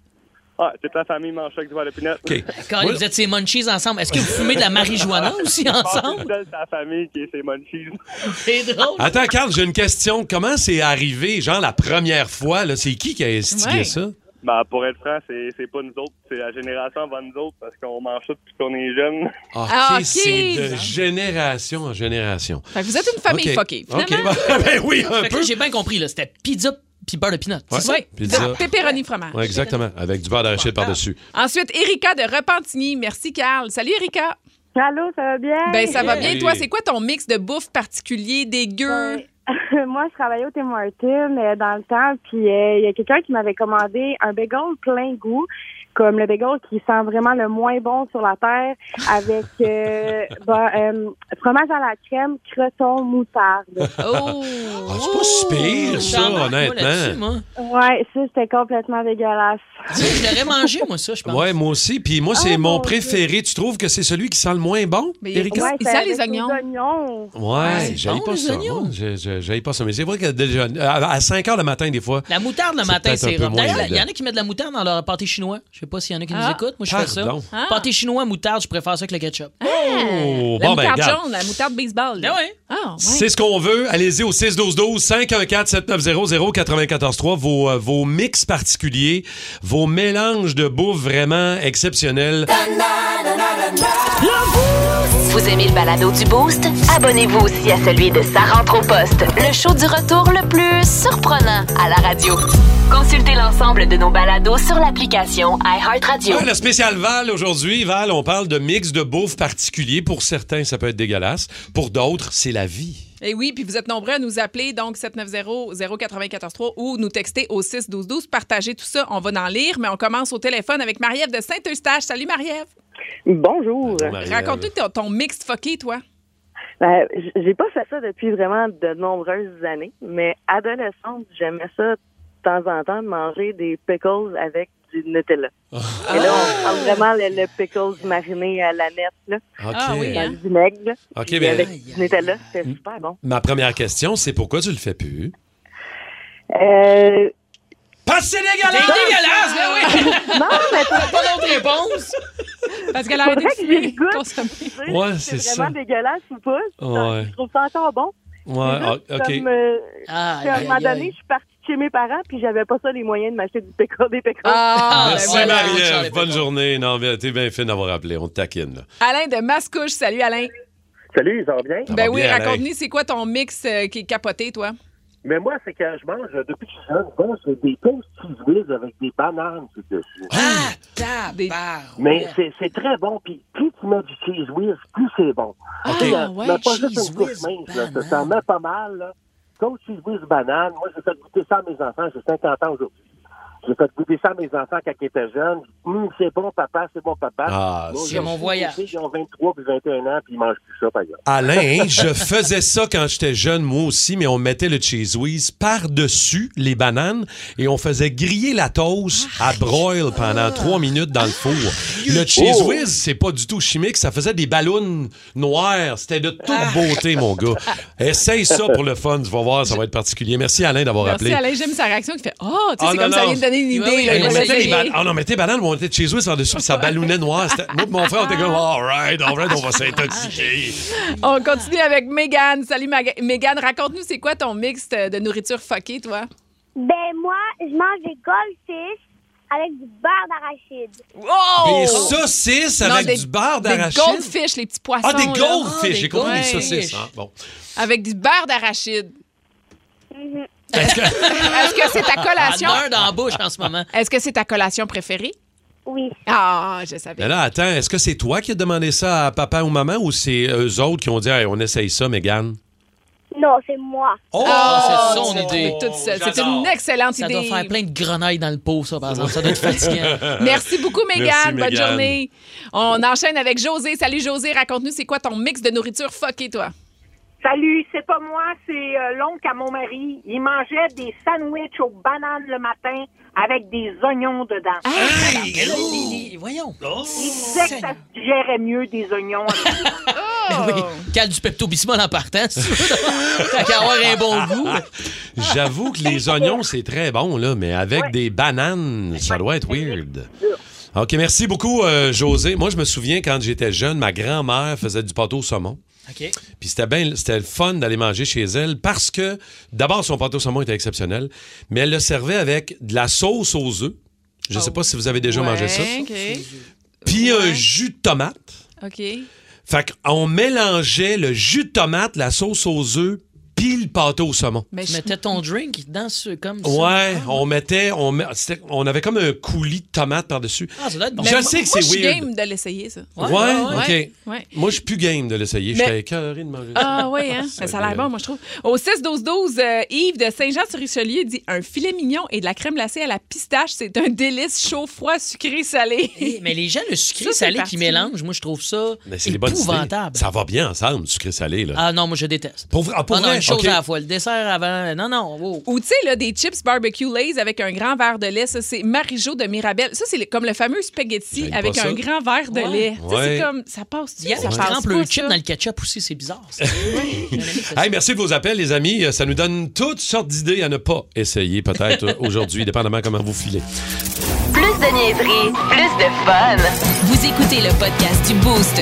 Ah, toute la famille mange ça avec du beurre de pinot.
OK.
Quand
Moi,
vous êtes ces munchies ensemble, est-ce que vous fumez de la <laughs> marijuana aussi ensemble? Ah,
C'est la famille qui est ses munchies.
C'est drôle.
Attends, Carl, j'ai une question. Comment c'est arrivé, genre, la première fois? là? C'est qui qui a instigé
Ouais.
ça?
Ben, pour être franc, c'est c'est pas nous autres, c'est la génération avant nous autres, parce qu'on mange ça depuis qu'on est jeune.
OK,
Ah, ok.
c'est de génération en génération.
Fait que vous êtes une famille
OK.
fuckée.
OK,
Finalement,
ben, <laughs> ben oui, un
Fait que là,
peu.
j'ai bien compris. là, C'était pizza puis beurre de pinot. c'est
Ouais.
ça? Ah,
Pizza.
pepperoni fromage.
Ouais, exactement, avec du beurre d'arachide par-dessus.
Ensuite, Erika de Repentigny. Merci, Carl. Salut, Erika.
Allô, ça va bien?
Ben, ça va bien.
Hey.
Toi, c'est quoi ton mix de bouffe particulier, dégueu?
Ben, <laughs> moi, je travaillais au Tim Martin euh, dans le temps, puis euh, il y a quelqu'un qui m'avait commandé un bagel plein goût. comme le bagel qui sent vraiment le moins bon sur la terre, avec
<laughs>
euh, ben, euh, fromage à la crème, croton, moutarde.
Oh!
Ah, c'est pas si pire, ça, honnêtement.
Ouais, ça, c'était complètement dégueulasse.
Je l'aurais mangé, moi, ça, je pense.
Ouais, moi aussi. Puis moi, c'est mon préféré. Tu trouves que c'est celui qui sent le moins bon, Erika?
Ouais,
Ben, il
c'est
sent les
avec
oignons.
oignons.
Ouais,
c'est
j'aille
bon,
pas
les
ça.
oignons.
moi. Je- je- J'aille pas ça. Mais c'est vrai qu'à déjeuner- à à 5 h le matin, des fois.
La moutarde le
C'est
matin,
peut-être un
c'est
peu
rare.
moins
D'ailleurs, il y en
évident.
a qui mettent de la moutarde dans leur pâté chinois. Je sais pas s'il y en a qui nous
Ah.
écoutent. Moi, je fais ça.
Pardon.
Ah.
Pâté chinois, moutarde, je préfère ça que le ketchup.
Oh,
La
bon, ben,
moutarde
regarde.
jaune, la moutarde baseball.
Ah
là.
ouais.
Ah, ouais.
C'est ce qu'on veut. Allez-y au 612-12-514-7900-943. Vos, euh, vos mix particuliers, vos mélanges de bouffe vraiment exceptionnels.
Vous aimez le balado du Boost? Abonnez-vous aussi à celui de Sa rentre au poste, le show du retour le plus surprenant à la radio. Consultez l'ensemble de nos balados sur l'application iHeartRadio.
Ouais, le spécial Val aujourd'hui, Val, on parle de mix de bouffe particulier. Pour certains, ça peut être dégueulasse. Pour d'autres, c'est la vie.
Et oui, puis vous êtes nombreux à nous appeler, donc 790-0943 ou nous texter au 612-12. Partagez tout ça, on va en lire, mais on commence au téléphone avec Marie-Ève de Saint-Eustache. Salut Marie-Ève.
Bonjour.
Bon, Marie-Ève.
Raconte-nous ton, ton mixed fucké, toi.
Ben, j- j'ai pas fait ça depuis vraiment de nombreuses années, mais adolescente, j'aimais ça de temps en temps de manger des pickles avec du Nutella. Et là, on prend vraiment le, le pickles mariné à la nette, là,
OK.
Ah oui,
dans
hein?
le vinaigre, là,
OK,
puis
mais-
avec du Nutella.
Ah,
C'est super bon.
Ma première question, c'est pourquoi tu le fais plus?
Euh,
Parce que c'est
C'est
dégueulasse!
dégueulasse, mais oui!
non, mais
T'as pas d'autre réponse?
Parce qu'elle a arrêté
Faudrait
de
que j'y
fumer,
goûte.
consommer.
tu sais,
Ouais,
c'est
c'est
vraiment dégueulasse ou pas.
Ouais.
Je trouve ça encore bon.
Ouais,
Mhm.
C'est
ah,
juste
OK.
comme, euh,
Ah,
puis à un moment donné, je suis partie chez mes parents, puis j'avais pas ça les moyens de m'acheter du pickle, des pickles.
Ah, ben
Merci
voilà, Charles
Marie-Ève, bonne
Pépin.
journée. Non, mais t'es bien fine d'avoir appelé, on te taquine. là.
Alain de Mascouche, salut Alain.
<laughs> Salut, ça va bien?
Ça va
ben oui,
Ah, bien, Alain?
raconte-nous, c'est quoi ton mix euh, qui est capoté, toi?
Mais moi, c'est que je mange, euh, depuis que je suis jeune, je mange des toasts cheese whiz avec des bananes sur le dessus.
Ah, tabarou.
Mais c'est- c'est très bon, puis plus tu mets du cheese whiz, plus c'est bon.
Ah,
Tu sais, euh,
ouais,
mais pas juste
cheese
une couche
whiz,
mince, là, ça
banane.
s'en met pas mal. Là. Toast cheese whiz banane, moi, j'ai fait goûter ça à mes enfants, j'ai 50 ans aujourd'hui. J'ai fait goûter ça à mes enfants quand ils étaient jeunes. Hum, c'est bon, papa, c'est bon, papa.
Ah,
Moi,
c'est
j'ai-
mon voyage.
Ils ont 23 puis 21 ans, puis ils mangent plus ça, par exemple.
<laughs> Alain, je faisais ça quand j'étais jeune, moi aussi, mais on mettait le cheese whiz par-dessus les bananes et on faisait griller la toast à broil pendant
Ah.
trois minutes dans le four. Le cheese whiz, c'est pas du tout chimique, ça faisait des ballons noirs. C'était de
Ah.
toute beauté, mon
<laughs>
gars. Essaye ça pour le fun, tu vas voir, ça va être particulier. Merci Alain d'avoir
Merci
appelé.
Alain, j'aime sa réaction qui fait Oh, tu sais,
Ah,
c'est
non,
comme ça
non.
vient de donner une idée.
oui,
là,
oui,
Hey,
je
on
oui,
vais
mettait
oui.
les
essayer.
bananes. Ah, on mettait les bananes, on mettait le cheese whiz par-dessus, puis ça ballonnait noir. C'était- Moi, et mon frère, on était comme, all right, all right, on va
Ah,
s'intoxiquer.
On continue avec Mégane. Salut Maga- Mégane, raconte-nous, c'est quoi ton mix euh, de nourriture fuckée, toi?
Ben, moi, je mange des goldfish avec du beurre d'arachide.
Des
Oh!
saucisses
Non,
avec
des-
du beurre
Des
d'arachide.
goldfish, les petits poissons.
Ah, des
là.
Ah, des
goldfish. J'ai compris des
goldfish.
saucisses. hein. Bon.
Avec du beurre d'arachide.
Mm-hmm. Est-ce
<laughs>
que-
Est-ce que c'est ta
Ah,
collation?
l'heure dans la bouche en ce moment.
Est-ce que c'est ta collation préférée?
Oui.
Ah, je savais.
Mais là, attends, est-ce que c'est toi qui as demandé ça à papa ou maman ou c'est eux autres qui ont dit Hey, on essaye ça, Mégane?
Non, c'est moi.
<laughs> Oh,
Ah, c'est son idée.
Mais tout ça, C'est une excellente
Ça doit
idée.
faire plein de grenailles dans le pot, ça, par exemple. Ça doit être fatigant.
<laughs> Euh,
Merci beaucoup, Mégane. Bonne
Mégane.
journée. On enchaîne avec José. Salut, José. Raconte-nous, c'est quoi ton mix de nourriture fuckée, toi?
Salut, c'est pas moi, c'est euh, l'oncle à mon mari. Il mangeait des sandwichs aux bananes le matin avec des oignons dedans.
Mais là, les- les- Voyons.
Oh!
Il disait que ça se digérait mieux
<laughs>
des oignons.
Oh!
Oui. Cale du Pepto-Bismol en partant, si tu veux. T'as qu'à avoir un bon
<laughs>
goût.
J'avoue que les oignons, c'est très bon, là, mais avec des bananes, ça doit être weird. OK, merci beaucoup, euh, José. Moi, je me souviens quand j'étais jeune, ma grand-mère faisait du pâteau au saumon.
OK.
Puis c'était bien, c'était le fun d'aller manger chez elle parce que, d'abord, son pâteau au saumon était exceptionnel, mais elle le servait avec de la sauce aux œufs. Je sais pas si vous avez déjà mangé ça. Puis un
Ouais.
jus de tomate.
OK.
Fait qu'on mélangeait le jus de tomate, la sauce aux œufs, puis Puis le pâteau au saumon.
tu mettais ton drink dans ce comme ça.
Ouais, on mettait, on, met- c'était- on avait comme un coulis de tomates par-dessus.
Ah, ça doit être bon.
Je
Mais
sais
Ben, moi-
que
moi,
c'est
Je suis
weird.
game de l'essayer, ça.
Ouais, ok.
Ouais.
Moi, je suis plus game de l'essayer.
Mais-
J'étais écœuré de manger ça.
Ah oui, hein? Mais ça a l'air bon, moi, je trouve. Au 6-12-12, euh, Yves de Saint-Jean-sur-Richelieu dit un filet mignon et de la crème glacée à la pistache, c'est un délice chaud, froid, sucré, salé.
Mais les gens, le sucré
Ça, c'est
salé
parti.
qui mélange, moi, je trouve ça
Mais c'est des bonnes
épouvantable.
idées. Ça va bien ensemble, sucré-salé. là.
Ah non, moi, je déteste.
Pour, ah, pour
Ah non,
vrai?
une chose
Ok.
à la fois. Le dessert avant. Non, non. wow.
<laughs> Ou tu sais, là, des chips barbecue lays avec un grand verre de lait, ça, c'est Marijo de Mirabelle. Ça, c'est le- comme le fameux spaghetti
J'aime
avec
pas ça.
un grand verre de
Ouais.
lait. Tu sais,
Ouais.
c'est comme, ça passe
Il y a
ça
qui
passe
trempe
pas,
le
ça.
chip dans le ketchup aussi, c'est bizarre.
<laughs>
ça.
Hey, merci de vos appels, les amis. Euh, Ça nous donne toutes sortes d'idées à ne pas essayer, peut-être, euh, aujourd'hui, dépendamment comment vous filez.
Plus de niaiserie, plus de fun. Vous écoutez le podcast du Boost.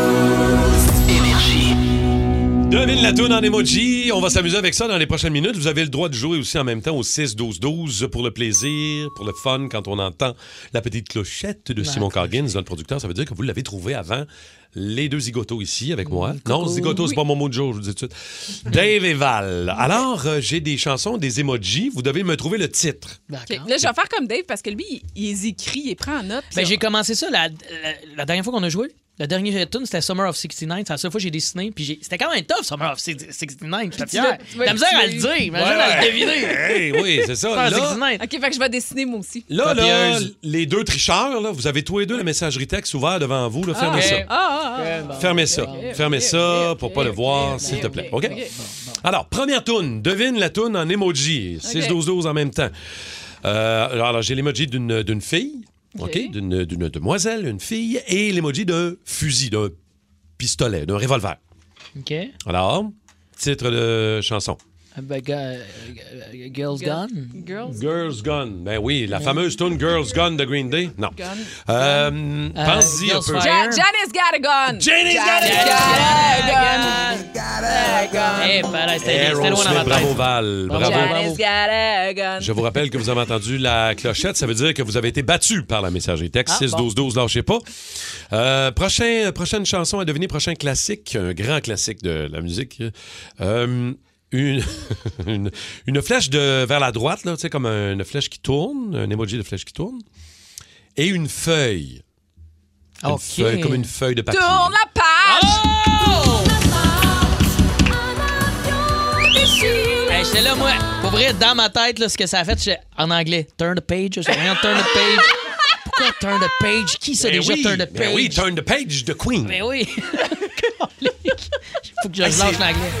2000 la toune en emoji. On va s'amuser avec ça dans les prochaines minutes. Vous avez le droit de jouer aussi en même temps au 6-12-12 pour le plaisir, pour le fun, quand on entend la petite clochette de
La
Simon Corgins, notre producteur. Ça veut dire que vous l'avez trouvé avant les deux zigotos ici avec moi. Non,
coco.
zigoto, c'est pas mon mot de jour, je vous dis tout de suite. Dave et Val. Alors, euh, j'ai des chansons, des emojis. Vous devez me trouver le titre.
OK. Là, je vais faire comme Dave parce que lui, il, il les écrit, il les prend en note.
Ben, j'ai commencé ça la, la- la dernière fois qu'on a joué. La dernière tune, c'était Summer of 69. C'est la seule fois que j'ai dessiné. Puis j'ai- c'était quand même tough, Summer of 69. J'étais
Tu l'as-
fier.
tu vas
T'as misère à le
l'utiliser.
dire. Imagine à le
<laughs>
deviner.
Hey, Eh oui, c'est ça.
Summer of
Là,
69.
OK, fait que je vais dessiner moi aussi.
Là, là, les deux tricheurs, là, vous avez tous les deux la messagerie texte ouverte devant vous. Là, fermez
Ah,
ça.
ok. Ah, ah, ah.
Fermez ça. Fermez ça pour pas le voir, s'il te plaît. OK? Alors, première toune. Devine la toune en emoji. 6-12-12 en même temps. Euh, alors, alors, j'ai l'emoji d'une d'une fille, OK? D'une d'une demoiselle, une fille, et l'emoji d'un fusil, d'un pistolet, d'un revolver.
OK.
Alors, titre de chanson.
Ah, ben, gars, euh, euh, Girls Gone.
Girls.
Girls Gun. Ben oui, la fameuse tune Girls Gun de Green Day. Non.
Gun.
Euh, Pense-y un
Janice
peu.
got a gun.
Janice got a
gun.
Eh, ben, là, c'était c'était loin dans ma
Aerosmith, bravo
tête.
Val, bravo.
Janice got a gun.
Je vous rappelle que vous avez entendu la clochette, ça veut dire que vous avez été battu par la messagerie texte
Ah,
6 12 12 lâchez pas. Euh, prochain prochaine chanson à devenir prochain classique, un grand classique de la musique. Euh, une, <laughs> une, une flèche de vers la droite là, tu sais comme une flèche qui tourne, un emoji de flèche qui tourne et une feuille. Une
OK.
feuille, comme une feuille de papier.
Tourne la page.
Oh! Hey, Ben, j'étais là, moi. Pour vrai, dans ma tête, là, ce que ça a fait, j'étais en anglais. Turn the page. Je sais rien, turn the page. Pourquoi turn the page? Qui ça
Ben
déjà
oui,
turn the
ben
page?
oui, turn the page de Queen.
Ben <laughs> oui. Faut que je
Hey,
lâche
c'est-
l'anglais.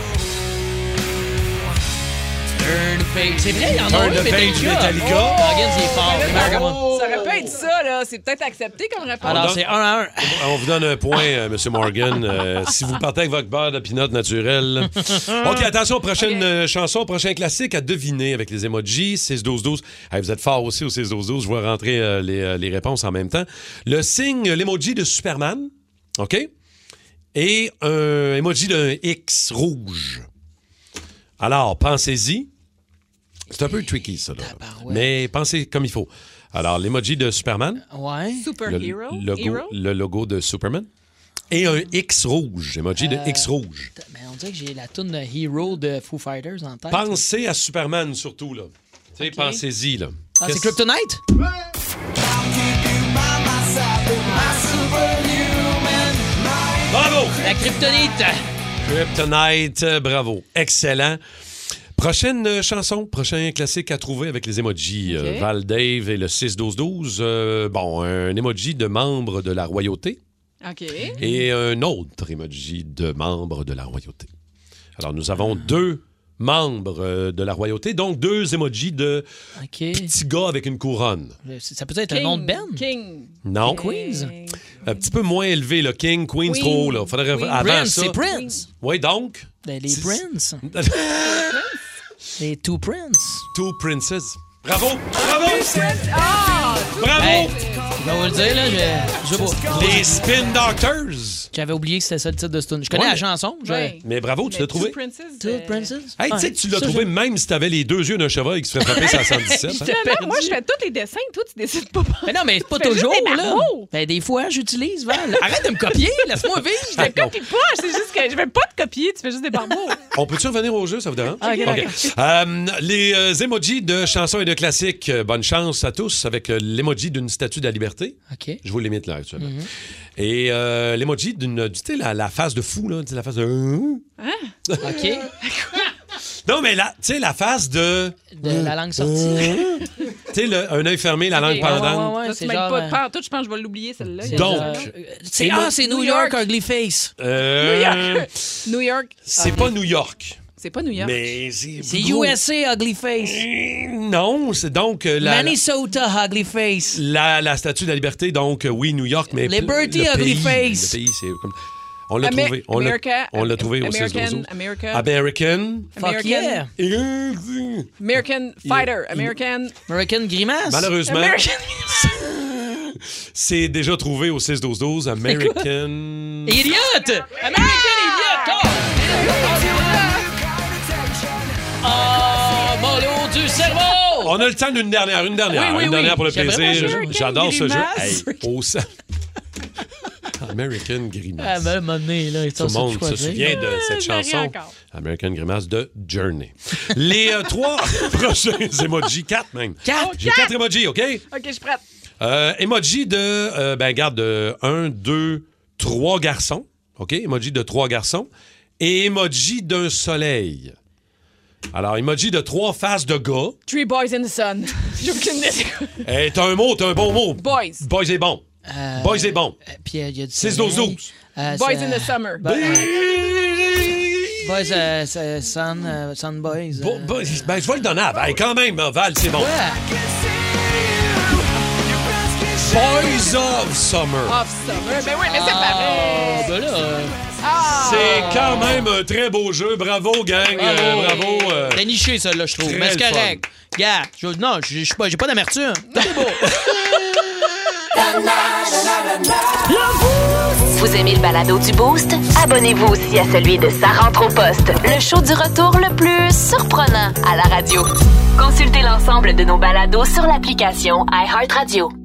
Turn the page. C'est vrai, il y en a
Turn
un, Oh,
the page, Metallica.
Goggins, il est fort. Il marque un
Oh!
point.
Ça aurait pu être ça, là. C'est peut-être accepté comme réponse.
Alors, c'est un
à un.
On vous donne un point, euh, M. Morgan. Euh, si vous partez avec votre beurre de pinot naturel. OK, attention, prochaine euh, chanson, prochain classique à deviner avec les emojis. 6-12-12. Hey, vous êtes fort aussi au 6-12-12. Je vais rentrer euh, les, euh, les réponses en même temps. Le signe, euh, l'emoji de Superman. OK? Et un emoji d'un X rouge. Alors, pensez-y. C'est un peu tricky, ça. Là. Mais pensez comme il faut. Alors, l'emoji de Superman.
Ouais.
Superhero.
Le, logo,
Hero?
le logo de Superman. Et un X rouge, emoji de
Euh,
X rouge.
Mais on dirait que j'ai la toune de Hero de Foo Fighters en tête.
Pensez à Superman surtout, là. Tu sais, Pensez-y, là.
Ah,
Qu'est-ce-
c'est Kryptonite?
Bravo!
La Kryptonite!
Kryptonite, euh, bravo. Excellent. Prochaine euh, chanson, prochain classique à trouver avec les emojis. euh,
Ok.
Val Dave et le 6-12-12. euh, bon, un emoji de membre de la royauté
OK.
et un autre emoji de membre de la royauté. Alors, nous avons deux membres euh, de la royauté, donc deux emojis de petit gars avec une couronne.
Le- Ça peut être un nom de Ben? band?
King. Ben.
Non.
Queens?
Un petit peu moins élevé, le King, Queen's
Queen.
trop haut, là. Faudrait
Queen.
avant
Prince,
ça.
c'est Prince.
Oui, donc. <laughs>
Ben, les Prince. Les Two Prince.
Two Princes. Bravo! Bravo! Bravo!
Hey, je vais vous le dire, là, je, je sais pas.
Les Spin Doctors!
J'avais oublié que c'était ça le titre de ce tune. Je connais
Ouais,
la
mais-
chanson. je-
Ben,
Mais bravo, tu l'as trouvé.
euh,
Two Princess?
Euh, Hey, tu sais que tu l'as
Ça,
trouvé même si t'avais les deux yeux d'un cheval et qui se ferait frapper sur la 117. hein?
Finalement, moi, je fais tous les dessins, toi, tu décides
<laughs>
pas.
Mais non, mais c'est pas
Tu fais juste
toujours,
des
là.
barreaux.
Ben, des fois, j'utilise,
<laughs>
Val. Ah, Arrête de me copier, laisse-moi <laughs> vivre.
Je te copie pas, c'est juste que je vais pas te copier, tu fais juste
<laughs>
des barbeaux.
On peut-tu revenir au jeu, ça vous dérange?
Ah, ok,
Ok.
d'accord.
Euh, les euh, emojis de chansons et de classiques. euh, Bonne chance à tous avec euh, l'emoji d'une statue de la liberté.
OK.
Je vous limite là actuellement.
Mhm.
Et euh, l'emoji d'une. Tu sais, la, la face de fou, là. Tu sais, la face de. euh,
Hein?
OK.
Non, mais là, tu sais, la face de. euh,
De la langue sortie.
Tu sais, le- un œil fermé, la
ouais,
langue
ouais,
pendante.
ouais,
Ça,
c'est
tu m'aides
genre,
pas
euh,
de part, tout, je pense que je vais l'oublier, celle-là.
C'est
Donc,
genre-
Et
C'est, ah,
moi-
c'est New
New
York,
York.
Ugly Face.
Euh,
New York.
C'est
Ah,
pas New York.
C'est pas New York.
Mais c'est.
C'est
gros.
USA, Ugly Face.
Non, c'est donc euh, la.
Minnesota, Ugly Face.
La, la Statue de la Liberté, donc, euh, oui, New York, mais...
Liberty,
le
ugly
pays,
face.
Le pays, c'est comme... On l'a
Amé-
trouvé. On l'a-
America,
on l'a trouvé au
American,
16
America.
American.
Fuck yeah.
Et-
American Fighter. American.
American Grimace.
Malheureusement,
American.
c'est déjà trouvé au 6-12-12. American...
Idiote! American Idiot! Ah, mollo du cerveau!
On a le temps d'une dernière, une dernière,
Oui, oui,
une
oui.
dernière pour le
J'aimerais
plaisir.
pas
ça.
J'adore ce jeu.
Grimace.
Hey, au sang. American Grimace.
Ah, ben, à un moment donné, là,
Tout le monde se souvient de cette
je la ris
chanson.
encore.
American Grimace de Journey. Les euh,
<laughs>
trois prochains emojis, quatre même.
Quatre.
J'ai quatre emojis, OK?
OK, je suis prête.
Euh, emoji de, euh, ben garde, de un, deux, trois garçons. OK? Emoji de trois garçons. Et emoji d'un soleil. Alors, emoji de trois faces de gars.
Three Boys in the Sun. J'ai aucune idée.
Est un mot, est un bon mot.
Boys.
Boys est bon. Boys est bon.
Puis euh, il y a du
6-12-12.
Euh,
Boys
c'est,
in
euh,
the Summer.
Bo- euh, Boys, euh, c'est Sun, euh, Sun Boys. euh.
Bon, bon, ben, je vais le donner. Ben, quand même, hein, Val, c'est bon.
Ouais.
Boys of Summer.
Off Summer. Ben oui, mais c'est pareil.
Ah, ben là, euh,
C'est quand même un très beau jeu. Bravo, gang. Euh, Bravo. euh,
T'as niché, celle-là, je trouve.
très
Mais c'est
le fun.
correct. Regarde, je- non, je je suis pas- j'ai pas d'amertume.
Vous aimez le balado du Boost? Abonnez-vous aussi à celui de Sa rentre au poste, le show du retour le plus surprenant à la radio. Consultez l'ensemble de nos balados sur l'application iHeartRadio.